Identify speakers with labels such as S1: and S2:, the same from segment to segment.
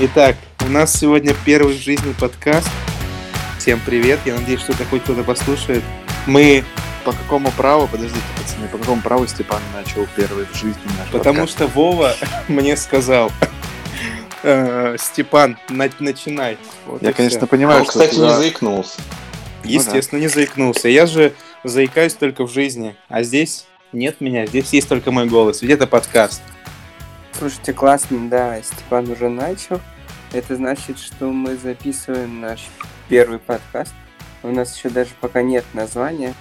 S1: Итак, у нас сегодня первый в жизни подкаст. Всем привет, я надеюсь, что это хоть кто-то послушает. Мы
S2: По какому праву, подождите, пацаны, по какому праву Степан начал первый в жизни наш
S1: Потому
S2: подкаст?
S1: что Вова мне сказал, «Э, Степан, на- начинай. Вот и
S2: Я,
S1: всё.
S2: конечно,
S3: А
S2: понимаю,
S1: Ну,
S3: Он,
S2: что...
S3: кстати,
S2: туда-
S3: не заикнулся.
S4: Ну
S1: естественно, не заикнулся. Я же заикаюсь только в жизни, а здесь нет меня, здесь есть только мой голос, ведь это подкаст.
S4: Слушайте, классно, да, Степан уже начал. Это значит, что мы записываем наш первый подкаст. У нас еще даже пока нет названия.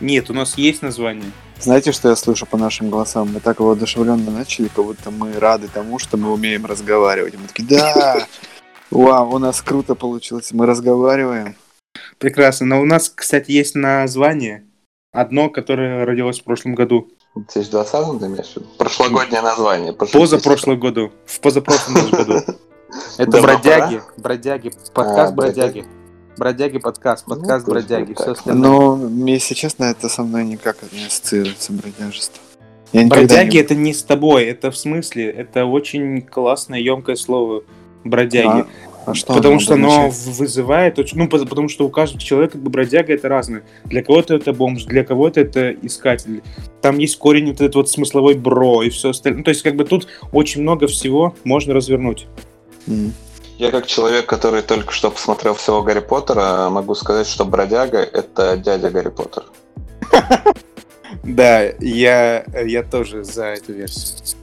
S1: Нет, у нас есть название.
S2: Знаете, что я слышу по нашим голосам? Мы так воодушевленно начали, как будто мы рады тому, что мы умеем разговаривать. И Мы такие, да! Вау, у нас круто получилось, мы разговариваем.
S1: Прекрасно. Но у нас, кстати, есть название. Одно, которое родилось в прошлом году.
S3: В 2020 ты имеешь в виду? Прошлогоднее название.
S1: Позапрошлом году. В позапрошлом даже году.
S3: Да,
S1: Это бродяги. Бродяги.
S2: А,
S1: Подкаст бродяги. Бродяги подкаст. Подкаст
S3: Ну, точно
S1: бродяги. Все
S3: так.
S1: остальное.
S2: Но, если честно, это со мной никак не ассоциируется бродяжество. Я никогда
S1: Бродяги
S2: не-
S1: это не с тобой, это в смысле, это очень классное, емкое слово бродяги.
S2: А, а что
S1: потому
S2: оно
S1: что оно
S2: обозначает?
S1: в- вызывает очень. Ну, по- потому что у каждого человека как бы бродяга это разное. Для кого-то это бомж, для кого-то это искатель. Там есть корень вот этот вот смысловой бро и все остальное. Ну, то есть, как бы тут очень много всего можно развернуть.
S2: М.
S3: Я как человек, который только что посмотрел всего Гарри Поттера, могу сказать, что бродяга — это дядя Гарри Поттер.
S1: Да, я, я тоже за эту версию.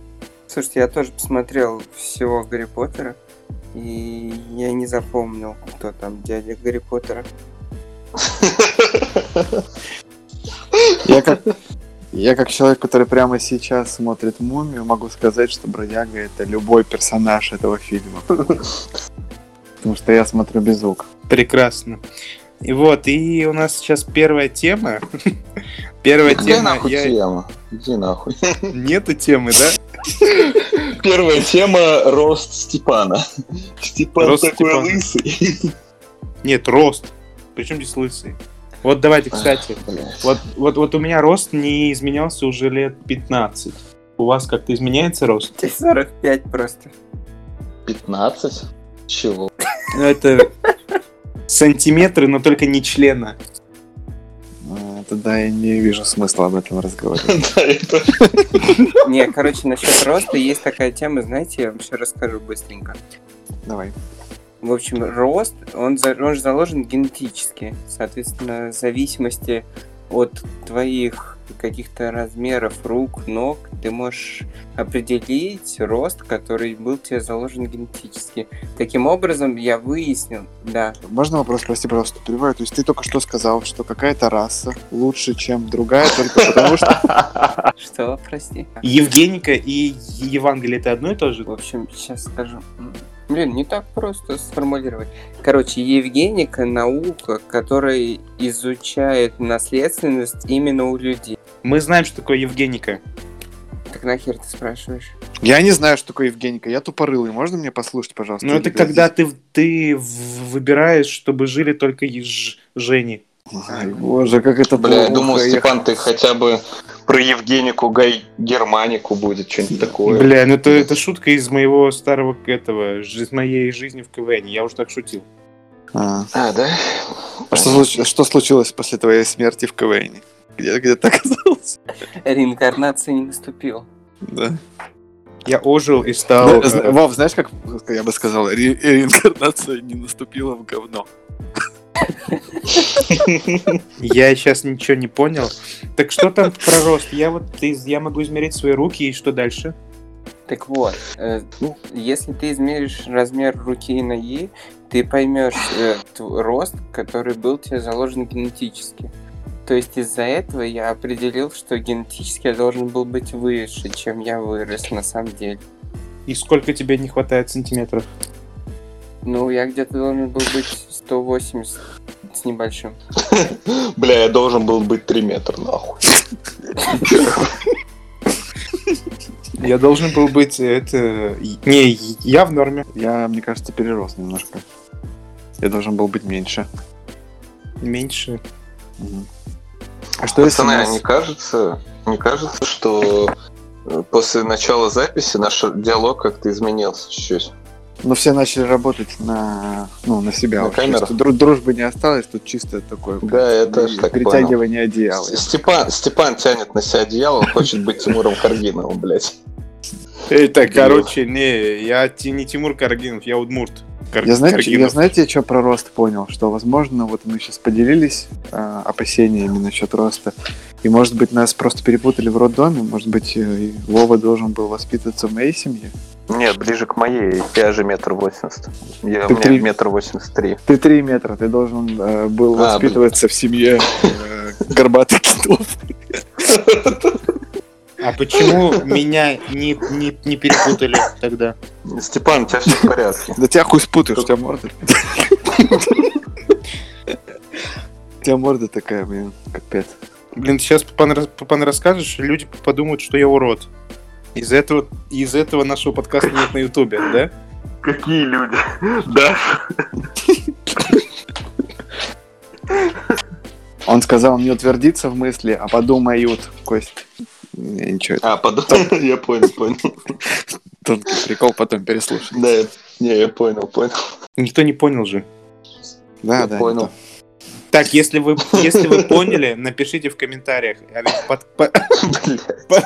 S4: Слушайте, я тоже посмотрел всего Гарри Поттера, и я не запомнил, кто там дядя Гарри Поттера.
S2: Я как, я как человек, который прямо сейчас смотрит мумию, могу сказать, что бродяга это любой персонаж этого фильма. Потому что я смотрю без звука.
S1: Прекрасно. И вот, и у нас сейчас первая тема. Первая
S3: Где
S1: тема.
S3: нахуй
S1: я-
S3: тема? Иди нахуй.
S1: Нету темы, да?
S3: Первая тема — рост Степана. Степан
S1: Рост
S3: такой
S1: Степана.
S3: лысый.
S1: Нет, рост. Причем здесь лысый? Вот давайте, кстати.
S3: Блядь.
S1: Вот, вот, вот у меня рост не изменялся уже лет 15. У вас как-то изменяется рост?
S4: Тебе 45 просто.
S3: 15? Чего?
S1: Ну, это сантиметры, но только не члена.
S2: А, Тогда я не вижу смысла об этом разговаривать.
S3: Да, это...
S4: Не, короче, насчет роста есть такая тема, знаете, я вам еще расскажу быстренько.
S2: Давай.
S4: В общем, рост, он, за- он же заложен генетически. Соответственно, в зависимости от твоих каких-то размеров рук, ног, ты можешь определить рост, который был тебе заложен генетически. Таким образом, я выяснил, да,
S2: Можно вопрос, прости, пожалуйста, перебиваю? То есть ты только что сказал, что какая-то раса лучше, чем другая, только потому что...
S4: что, прости.
S1: Евгеника и Евангелие это одно и то же?
S4: В общем, сейчас скажу. М, Блин, не так просто сформулировать. Короче, Евгеника наука, которая изучает наследственность именно у людей.
S1: Мы знаем, что такое Евгеника.
S4: Так нахер ты спрашиваешь?
S2: Я не знаю, что такое Евгеника, я тупорылый, можно мне послушать, пожалуйста?
S1: Ну, это
S2: ребят,
S1: когда ты, в- ты в- выбираешь, чтобы жили только еж- Жени.
S2: здесь? Ай, боже, как это
S3: Бля, я
S2: плохо,
S3: думал,
S2: я-
S3: Степан, ты хотя бы про Евгенику Гай Германику будет что-нибудь такое.
S1: Бля, ну это, это шутка из моего старого к- этого, ж- из моей жизни в КВН. Я уже так шутил.
S2: А.
S3: А, да?
S2: А что, случ- что случилось после твоей смерти в КВН? Где, где ты оказался?
S4: Реинкарнация не наступила.
S2: Да.
S1: Я ожил и стал...
S2: Да, зна-
S1: э,
S2: Вов, знаешь, как я бы сказал, ре- реинкарнация не наступила в говно.
S1: Я сейчас ничего не понял. Так что там про рост? Я вот из- я могу измерить свои руки, и что дальше?
S4: Так вот, э,
S3: Ну.
S4: если ты измеришь размер руки и ноги, ты поймешь э, тв- рост, который был тебе заложен генетически. То есть из-за этого я определил, что генетически я должен был быть выше, чем я вырос на самом деле.
S1: И сколько тебе не хватает сантиметров?
S4: Ну, я где-то должен был быть 180 с небольшим.
S3: Бля, я должен был быть 3 метра, нахуй.
S1: Я должен был быть э, это... Не, я в норме.
S2: Я, мне кажется, перерос немножко. Я должен был быть меньше.
S1: Меньше.
S2: Мгм. А что если
S3: Пацаны, а
S2: нас-
S3: не кажется, не кажется, что э, после начала записи наш диалог как-то изменился чуть-чуть?
S2: Но ну, все начали работать на, ну, на себя.
S3: На
S2: уже. То есть
S3: камерах.
S2: тут дру- дружбы не осталось, тут чисто такое
S3: Да, я тоже так
S2: перетягивание одеяла.
S3: Ну, С- Степан, Степан тянет на себя одеяло, хочет быть Тимуром Каргиновым, блядь.
S1: Это,
S3: Тимур.
S1: Э, короче, не, я ти- не Тимур Каргинов, я Удмурт. Кар-
S2: Я знаете,
S1: Каргинов.
S2: я знаете, что про рост понял? Что, возможно, вот мы сейчас поделились а, опасениями насчет роста. И, может быть, нас просто перепутали в роддоме. Может быть, э, и Вова должен был воспитываться в моей семье.
S3: Нет, ближе к моей, я же метр восемьдесят. Я,
S2: Ты
S3: у меня
S2: три-
S3: метр восемьдесят три.
S2: Ты три метра, ты должен э, был
S3: А,
S2: воспитываться в семье э, горбатых китов.
S1: А почему меня не, не, не перепутали тогда?
S3: Степан, у тебя все в порядке.
S2: Да тебя хуй спутаешь, у тебя морда. У тебя морда такая, блин, капец.
S1: Блин, сейчас папан, рас- папан расскажешь, и люди подумают, что я урод. Из этого, из этого нашего подкаста нет на Ютубе, да?
S3: Какие люди? Да.
S2: Он сказал не утвердиться в мысли, а подумают, Кость. Не, Ничего, это
S3: А, потом... Я понял, понял.
S2: тонкий прикол, потом переслушай.
S3: Да, я- не, я понял, понял.
S1: Никто не понял же.
S2: Да,
S3: Я
S2: А, да.
S3: понял.
S2: это.
S1: Так, если вы, если вы поняли, напишите в комментариях. А ведь под, по-
S3: Блядь.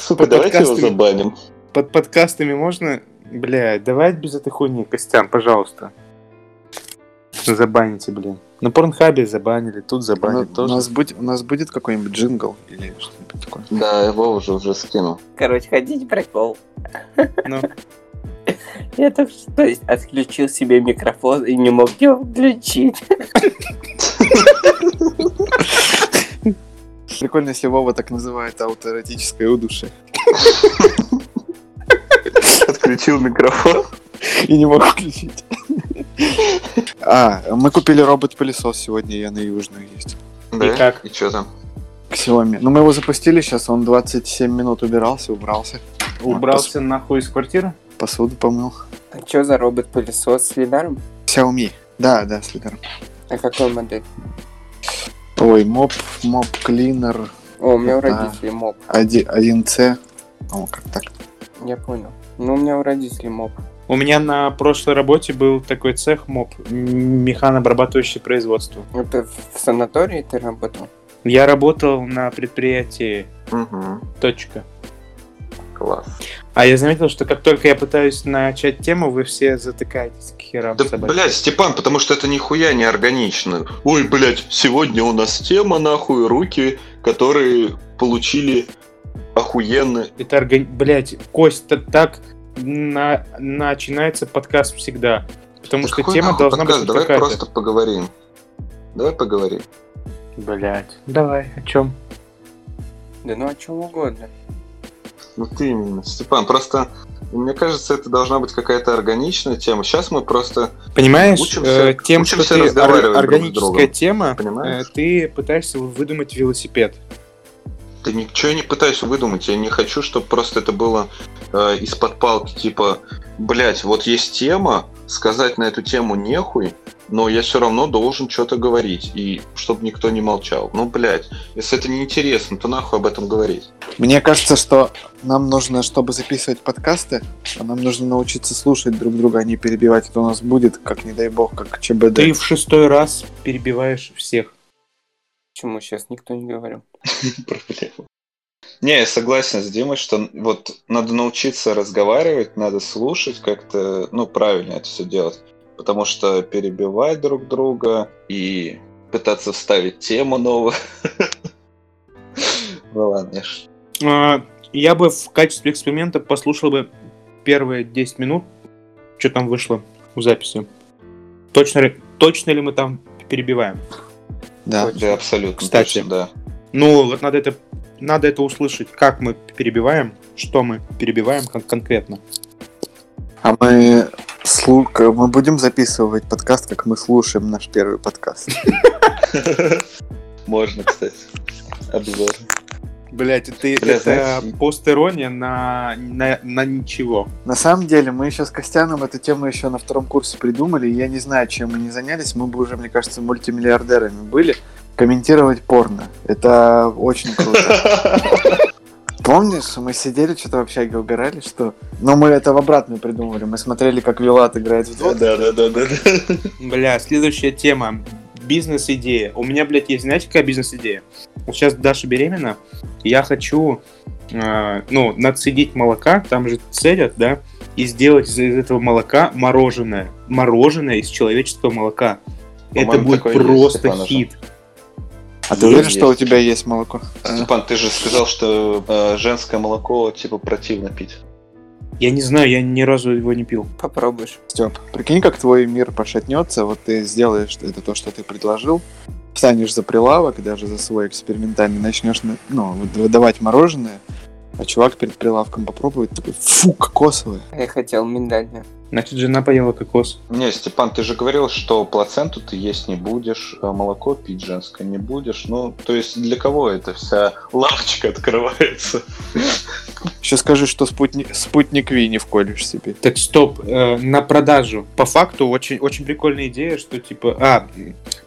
S3: Сука,
S1: Под
S3: давайте его
S1: подкастами.
S3: забаним.
S1: под подкастами можно... Бля, давай без этой хуйни, Костян, пожалуйста. Забаните, блин. На Порнхабе забанили, тут
S2: Ну,
S1: забанили
S2: У
S1: тоже.
S2: нас будет- у нас будет какой-нибудь джингл или что-нибудь такое.
S3: Да, его уже уже скинул.
S4: Короче, хотите прикол?
S1: Ну.
S4: Я только что то есть, отключил себе микрофон и не мог его включить.
S2: Прикольно, если Вова так называет аутоэротическое удушье.
S3: Отключил микрофон.
S2: И не могу включить. А, мы купили робот-пылесос сегодня, я на Южную есть.
S1: И как?
S3: И что там?
S2: Xiaomi. Ну, мы его запустили сейчас, он 27 минут убирался, убрался.
S1: ну, Убрался нахуй из квартиры?
S2: Посуду помыл.
S4: А что за робот-пылесос с лидаром?
S2: Xiaomi. Да, да, слидар.
S4: А какой модель?
S2: Ой, моп, моп клинер
S4: О, у меня у
S2: Да.
S4: родителей моб.
S2: 1C. О, как так.
S4: Я понял. Ну, у меня у родителей моб.
S1: У меня на прошлой работе был такой цех МОП, м, механообрабатывающее производство.
S4: Это в в санатории ты работал?
S1: Я работал на предприятии
S3: Мгм.
S1: точка.
S3: Класс.
S1: А я заметил, что как только я пытаюсь начать тему, вы все затыкаетесь к херам
S3: Да,
S1: собачьим.
S3: блядь, Степан, потому что это нихуя не органично. Ой, блядь, сегодня у нас тема, нахуй, руки, которые получили охуенно.
S1: Это органи... Блядь, Кость, та- так на- начинается подкаст всегда. Потому
S3: Да
S1: что
S3: Ну, какой
S1: тема
S3: нахуй
S1: должна
S3: подкаст?
S1: быть хоть
S3: Давай
S1: какая-то.
S3: просто поговорим. Давай поговорим.
S1: Блядь. Давай, о чем?
S4: Да ну, о чем угодно.
S3: Вот Ну, именно, Степан, просто мне кажется, это должна быть какая-то органичная тема. Сейчас мы просто...
S1: Понимаешь,
S3: Учимся-
S1: э, тем, что
S3: учимся
S1: ты ор-
S3: разговаривать друг с
S1: органическая
S3: другом.
S1: тема,
S3: Понимаешь?
S1: э, ты пытаешься выдумать велосипед.
S3: Да ничего я не пытаюсь выдумать. Я не хочу, чтобы просто это было э, из-под палки. Типа, блядь, вот есть тема, сказать на эту тему нехуй, но я все равно должен что-то говорить. И чтобы никто не молчал. Ну, блядь, если это неинтересно, то нахуй об этом говорить.
S2: Мне кажется, что нам нужно, чтобы записывать подкасты, нам нужно научиться слушать друг друга, а не перебивать. Это у нас будет, как не дай бог, как ЧБД.
S1: Ты в шестой раз перебиваешь всех.
S4: Почему сейчас никто не говорил?
S3: Проблема. Не, я согласен с Димой, что вот надо научиться разговаривать, надо слушать как-то, ну, правильно это все делать. Потому что перебивать друг друга и пытаться вставить тему новую. Ну ладно, я ж-
S1: А, Я бы в качестве эксперимента послушал бы первые 10 минут, что там вышло в записи. Точно ли, точно ли мы там перебиваем?
S2: Да.
S3: да, абсолютно.
S1: Кстати.
S3: точно, да.
S1: Ну, вот надо это, надо это услышать, как мы перебиваем, что мы перебиваем кон- конкретно.
S2: А мы, слу- к- мы будем записывать подкаст, как мы слушаем наш первый подкаст.
S3: Можно, кстати. Обзор.
S1: Блять, это,
S3: Бля,
S1: это
S3: знаешь-
S1: постерония на, на, на ничего.
S2: На самом деле, мы еще с Костяном эту тему еще на втором курсе придумали. и Я не знаю, чем мы не занялись. Мы бы уже, мне кажется, мультимиллиардерами были. Комментировать порно. Это очень круто. Помнишь, мы сидели, что-то в общаге угорали, что... Но мы это в обратную придумывали. Мы смотрели, как Вилат играет в
S3: Да,
S2: доту.
S3: Ну да, да, да, да.
S1: Бля, следующая тема. Бизнес-идея. У меня, блядь, есть, знаете, какая бизнес-идея? Вот сейчас Даша беременна, я хочу, э, ну, нацедить молока, там же цедят, да, и сделать из, из этого молока мороженое. Мороженое из человеческого молока.
S3: По-моему,
S1: Это будет
S3: такое есть,
S1: просто
S3: Степаныч.
S1: хит.
S2: А ты уверен, что у тебя есть молоко? Типа,
S3: Степан, ты же сказал, что э, женское молоко типа противно пить.
S1: Я не знаю, я ни разу его не пил.
S4: Попробуешь.
S2: Степ, прикинь, как твой мир пошатнется, вот ты сделаешь это то, что ты предложил, встанешь за прилавок, даже за свой экспериментальный, начнешь на- ну, выд- выдавать мороженое, а чувак перед прилавком попробует, такой, фу, кокосовое.
S4: А Я хотел миндальное.
S1: Значит, жена поела кокос.
S3: Не, Степан, ты же говорил, что плаценту ты есть не будешь, а молоко пить женское не будешь. Ну, то есть для кого эта вся лавочка открывается?
S2: Еще скажи, что спутник, спутник Ви не вколешь себе.
S1: Так, стоп, э, на продажу. По факту очень, очень прикольная идея, что типа... А,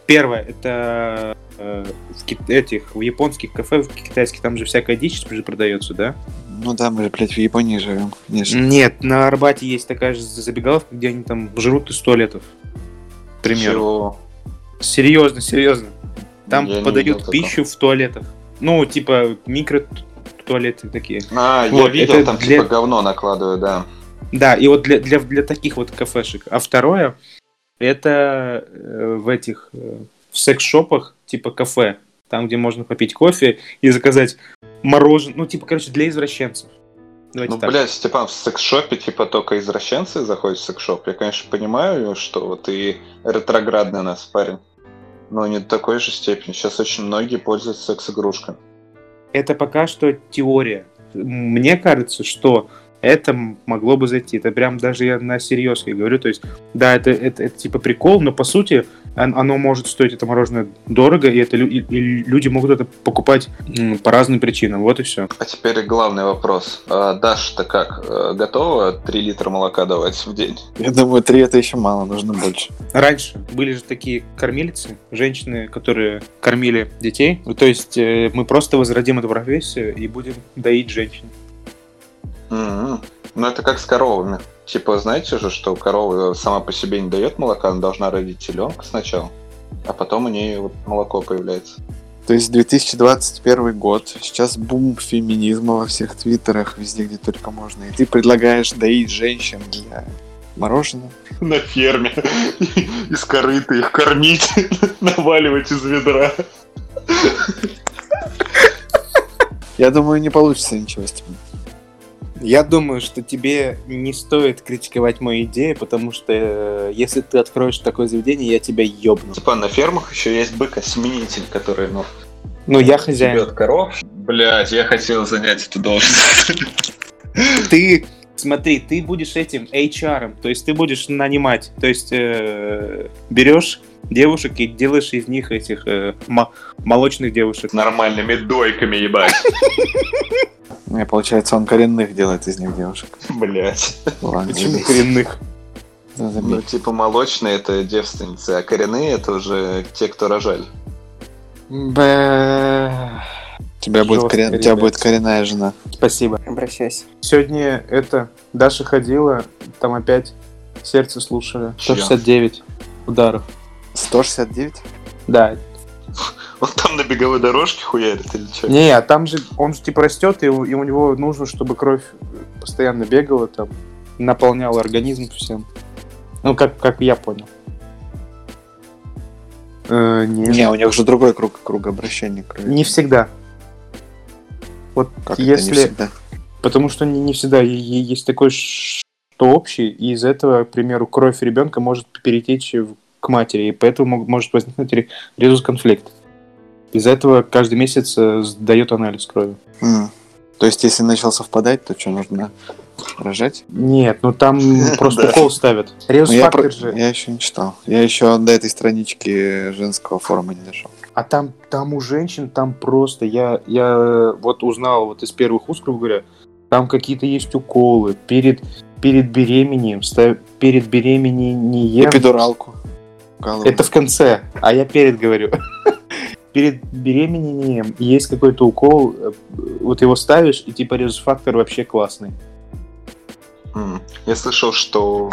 S1: первое, это э, в ки- этих, в японских кафе, в китайских, там же всякая дичь же продается, да?
S2: Ну да, мы же, блядь, в Японии живем. конечно.
S1: Нет, на Арбате есть такая же забегаловка, где они там жрут из туалетов. К примеру.
S3: Чего?
S1: Серьезно, серьезно. Там
S3: Я не видел
S1: подают
S3: такого.
S1: пищу в туалетах. Ну, типа, микро туалеты такие.
S3: А, я
S1: Вот,
S3: видел,
S1: это
S3: там
S1: для-
S3: типа говно накладывают, да.
S1: Да, и вот для, для, для таких вот кафешек. А второе, это э, в этих э, в секс-шопах, типа кафе, там, где можно попить кофе и заказать мороженое. Ну, типа, короче, для извращенцев. Давайте
S3: Ну,
S1: так.
S3: блядь, Степан, в секс-шопе типа только извращенцы заходят в секс-шоп. Я, конечно, понимаю, что ты ретроградный у нас парень. Но не до такой же степени. Сейчас очень многие пользуются секс-игрушками.
S1: Это пока что теория. Мне кажется, что это могло бы зайти. Это прям даже я на серьезке говорю. То есть, да, это, это, это типа прикол, но по сути он- оно может стоить это мороженое дорого, и, это, лю- и- и люди могут это покупать м, по разным причинам. Вот и все.
S3: А теперь главный вопрос. А, Даша-то как? э, Готова 3 литра молока давать в день?
S2: Я думаю, три это еще мало, нужно больше.
S1: Раньше были же такие кормилицы, женщины, которые кормили детей. Ну, То есть э, мы просто возродим эту профессию и будем доить женщин.
S3: Мгм. Ну, это как с коровами. Типа, знаете же, что корова сама по себе не дает молока, она должна родить теленка сначала, а потом у нее вот молоко появляется.
S2: То есть 2021 год, сейчас бум феминизма во всех твиттерах, везде, где только можно. И ты предлагаешь доить женщин для мороженого.
S3: На ферме. Из корыта их кормить, наваливать из ведра.
S2: Я думаю, не получится ничего, Степан.
S1: Я думаю, что тебе не стоит критиковать мою идею, потому что э, если ты откроешь такое заведение, я тебя ёбну.
S3: Степан, Типа, на фермах еще есть быкосменитель, который, ну,
S1: Ну, я хозяин.
S3: берет коров. Блять, я хотел занять эту должность.
S1: Ты, смотри, ты будешь этим HR, -ом, то есть ты будешь нанимать, то есть э, берешь девушек и делаешь из них этих э, мо- молочных девушек.
S3: Нормальными дойками ебать.
S2: Не, получается, он коренных делает из них девушек.
S3: Блять.
S2: Ладно,
S1: Почему
S2: забей.
S1: коренных?
S2: Да, забей.
S3: Ну, типа молочные это девственницы, а коренные это уже те, кто рожали.
S1: Бэ.
S2: У тебя будет,
S1: Жёстко,
S2: корен- у тебя
S1: ребят.
S2: будет коренная жена.
S1: Спасибо.
S4: Обращайся.
S1: Сегодня это Даша ходила, там опять сердце слушали.
S3: Чьё?
S1: 169 ударов.
S2: 169?
S1: Да.
S3: Он там на беговой дорожке хуярит или что?
S1: Не, а там же он же типа растет, и, у- и у него нужно, чтобы кровь постоянно бегала, там, наполняла организм всем. Ну, как, как я понял. Э, не,
S2: Не, у них же другой круг, круг обращения крови.
S1: не всегда. Вот
S2: Как это не
S1: если.
S2: всегда?
S1: Потому что не, не всегда е- е- есть такой, ш- что общий, и из этого, к примеру, кровь ребенка может перетечь в- к матери, и поэтому мог- может возникнуть ре- резус-конфликт. Из-за этого каждый месяц э, сдает анализ крови.
S2: М. То есть, если начал совпадать, то что, нужно рожать?
S1: Нет, ну там просто
S3: Да.
S1: укол ставят.
S2: Ну, я, про-
S1: Резус-фактор же.
S2: я еще не читал. Я еще до этой странички женского форума не дошел.
S1: А там, там у женщин, там просто, я, я вот узнал вот из первых уст, грубо говоря, там какие-то есть уколы перед, перед беременем, ста- перед беременением.
S2: Эпидуралку. Укалывают.
S1: Это в конце, а я перед говорю. перед беременением есть какой-то укол, э, вот его ставишь, и типа резус-фактор вообще классный.
S3: М, Я слышал, что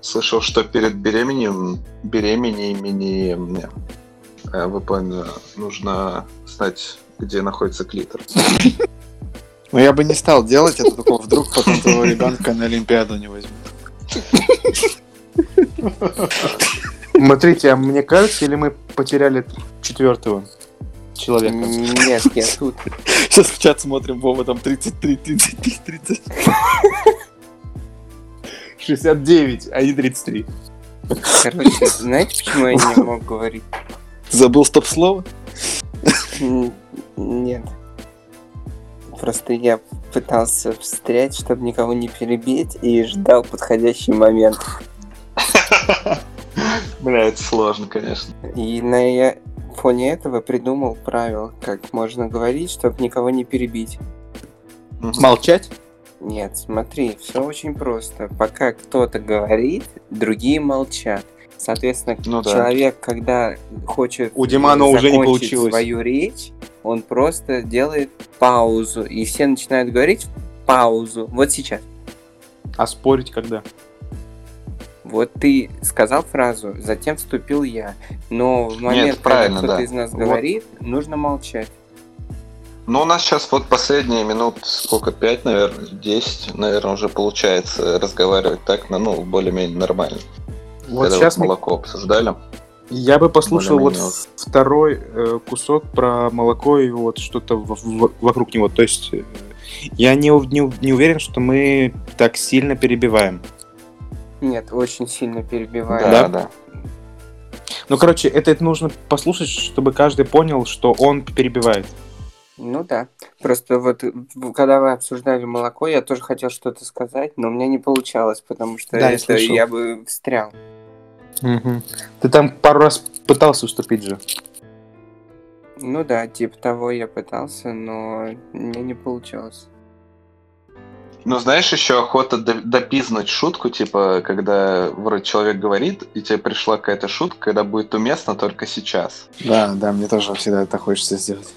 S3: слышал, что перед беременем беременем э, вы поняли, нужно знать, где находится клитор.
S2: Но Ну, я бы не стал делать это, только вдруг потом твоего ребенка на Олимпиаду не возьмут.
S1: Смотрите, а мне кажется, или мы потеряли четвертого человека?
S4: Нет, я тут.
S2: Сейчас в чат смотрим, Вова, там 33, 33, 30.
S1: 69, а не 33.
S4: Короче, знаете, почему я не мог говорить?
S2: Забыл стоп-слово?
S4: М, Нет. Просто я пытался встрять, чтобы никого не перебить, и ждал подходящий момент.
S3: Бля, это сложно, конечно.
S4: И на я- фоне этого придумал правило, как можно говорить, чтобы никого не перебить.
S3: Мгм.
S1: Молчать?
S4: Нет, смотри, все очень просто. Пока кто-то говорит, другие молчат. Соответственно,
S3: Ну да.
S4: человек, когда хочет
S1: У Димана уже не
S4: закончить
S1: получилось.
S4: свою речь, он просто делает паузу, и все начинают говорить в паузу. Вот сейчас.
S1: А спорить когда?
S4: Вот ты сказал фразу, затем вступил я. Но в момент,
S3: правильно,
S4: когда кто-то
S3: да.
S4: из нас
S3: Вот.
S4: говорит, нужно молчать.
S3: Ну, у нас сейчас вот последние минут сколько, 5, наверное, 10, наверное, уже получается разговаривать так, ну, ну, более-менее нормально.
S1: Вот
S3: Когда
S1: сейчас
S3: вот молоко обсуждали.
S1: я бы послушал вот
S3: Более-менее.
S1: второй э, кусок про молоко и вот что-то в- в- вокруг него. То есть э, я не, ув- не, ув- не уверен, что мы так сильно перебиваем.
S4: Нет, очень сильно перебиваю.
S1: Да?
S3: да. да.
S1: Ну, короче, это, это нужно послушать, чтобы каждый понял, что он перебивает.
S4: Ну да. Просто вот в- когда вы обсуждали молоко, я тоже хотел что-то сказать, но у меня не получалось, потому что
S1: Да, я
S4: это
S1: слышал.
S4: я бы встрял.
S1: Ты там пару раз пытался уступить же.
S4: Ну да, типа того я пытался, но у меня не получалось.
S3: Ну, знаешь, еще охота до- допизнуть шутку, типа, когда вроде человек говорит, и тебе пришла какая-то шутка, когда будет уместно только сейчас.
S2: Да, да, мне тоже всегда это хочется сделать.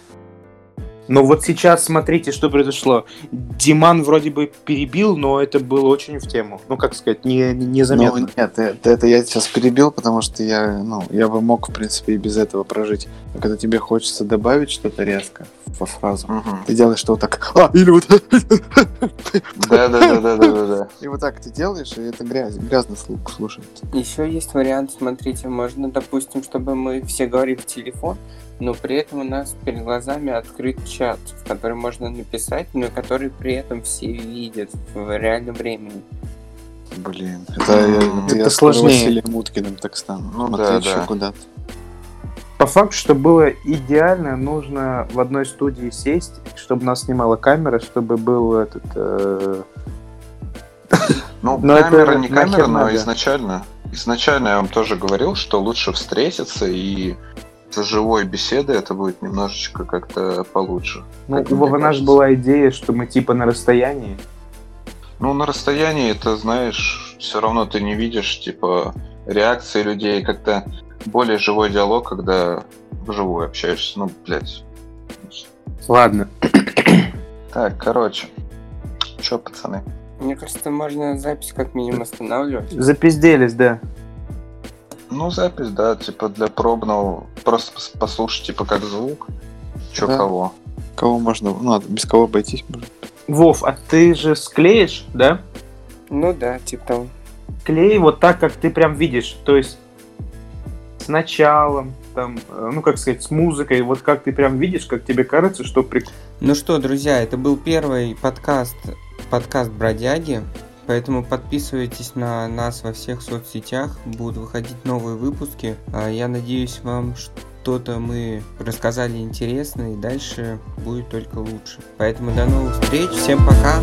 S1: Но вот сейчас смотрите, что произошло. Диман вроде бы перебил, но это было очень в тему. Ну, как сказать, не, не- незаметно.
S2: Ну, нет, это, это я сейчас перебил, потому что я, ну, я бы мог, в принципе, и без этого прожить. А когда тебе хочется добавить что-то резко во фразу,
S3: Мгм.
S2: ты делаешь что вот так, а, или вот,
S3: Да-да-да-да-да-да.
S2: и вот так ты делаешь, и это грязь, грязно слу- слушается.
S4: Еще есть вариант, смотрите, можно, допустим, чтобы мы все говорили в телефон, но при этом у нас перед глазами открыт чат, в который можно написать, но который при этом все видят в реальном времени.
S2: Блин, это, я-
S3: М,
S2: я
S1: это
S2: скоро
S1: сложнее.
S2: Василием Уткиным так стану.
S3: Ну
S2: Вот
S3: да,
S2: я еще
S3: да.
S2: куда-то.
S1: По факту, чтобы было идеально, нужно в одной студии сесть, чтобы нас снимала камера, чтобы был этот... э,
S3: Ну,
S1: Но это
S3: камера не
S1: нахер
S3: камера, но
S1: надо.
S3: изначально... Изначально я вам тоже говорил, что лучше встретиться, и за живой беседы это будет немножечко как-то получше.
S1: Ну,
S3: Как
S1: у
S3: мне
S1: Вована ж
S3: кажется.
S1: была идея, что мы типа на расстоянии.
S3: Ну, на расстоянии это, знаешь, все равно ты не видишь, типа, реакции людей, как-то более живой диалог, когда вживую общаешься. Ну, блядь.
S1: Ладно.
S3: Так, короче. Чё, пацаны?
S4: Мне кажется, можно запись как минимум останавливать.
S1: Запизделись, да.
S3: Ну, запись, да, типа, для пробного. Просто пос- послушать, типа, как звук. Чё,
S2: Да.
S3: кого.
S2: Кого можно, ну, ладно, без кого обойтись можно.
S1: Вов, а ты же склеишь, да?
S4: Ну да, типа того.
S1: Клей вот так, как ты прям видишь. То есть с началом, там, э, ну, как сказать, с музыкой. Вот как ты прям видишь, как тебе кажется, что прик-
S4: Ну что, друзья, это был первый подкаст, подкаст Бродяги. Поэтому подписывайтесь на нас во всех соцсетях, будут выходить новые выпуски. А Я надеюсь, вам что-то мы рассказали интересное, и дальше будет только лучше. Поэтому до новых встреч, всем пока!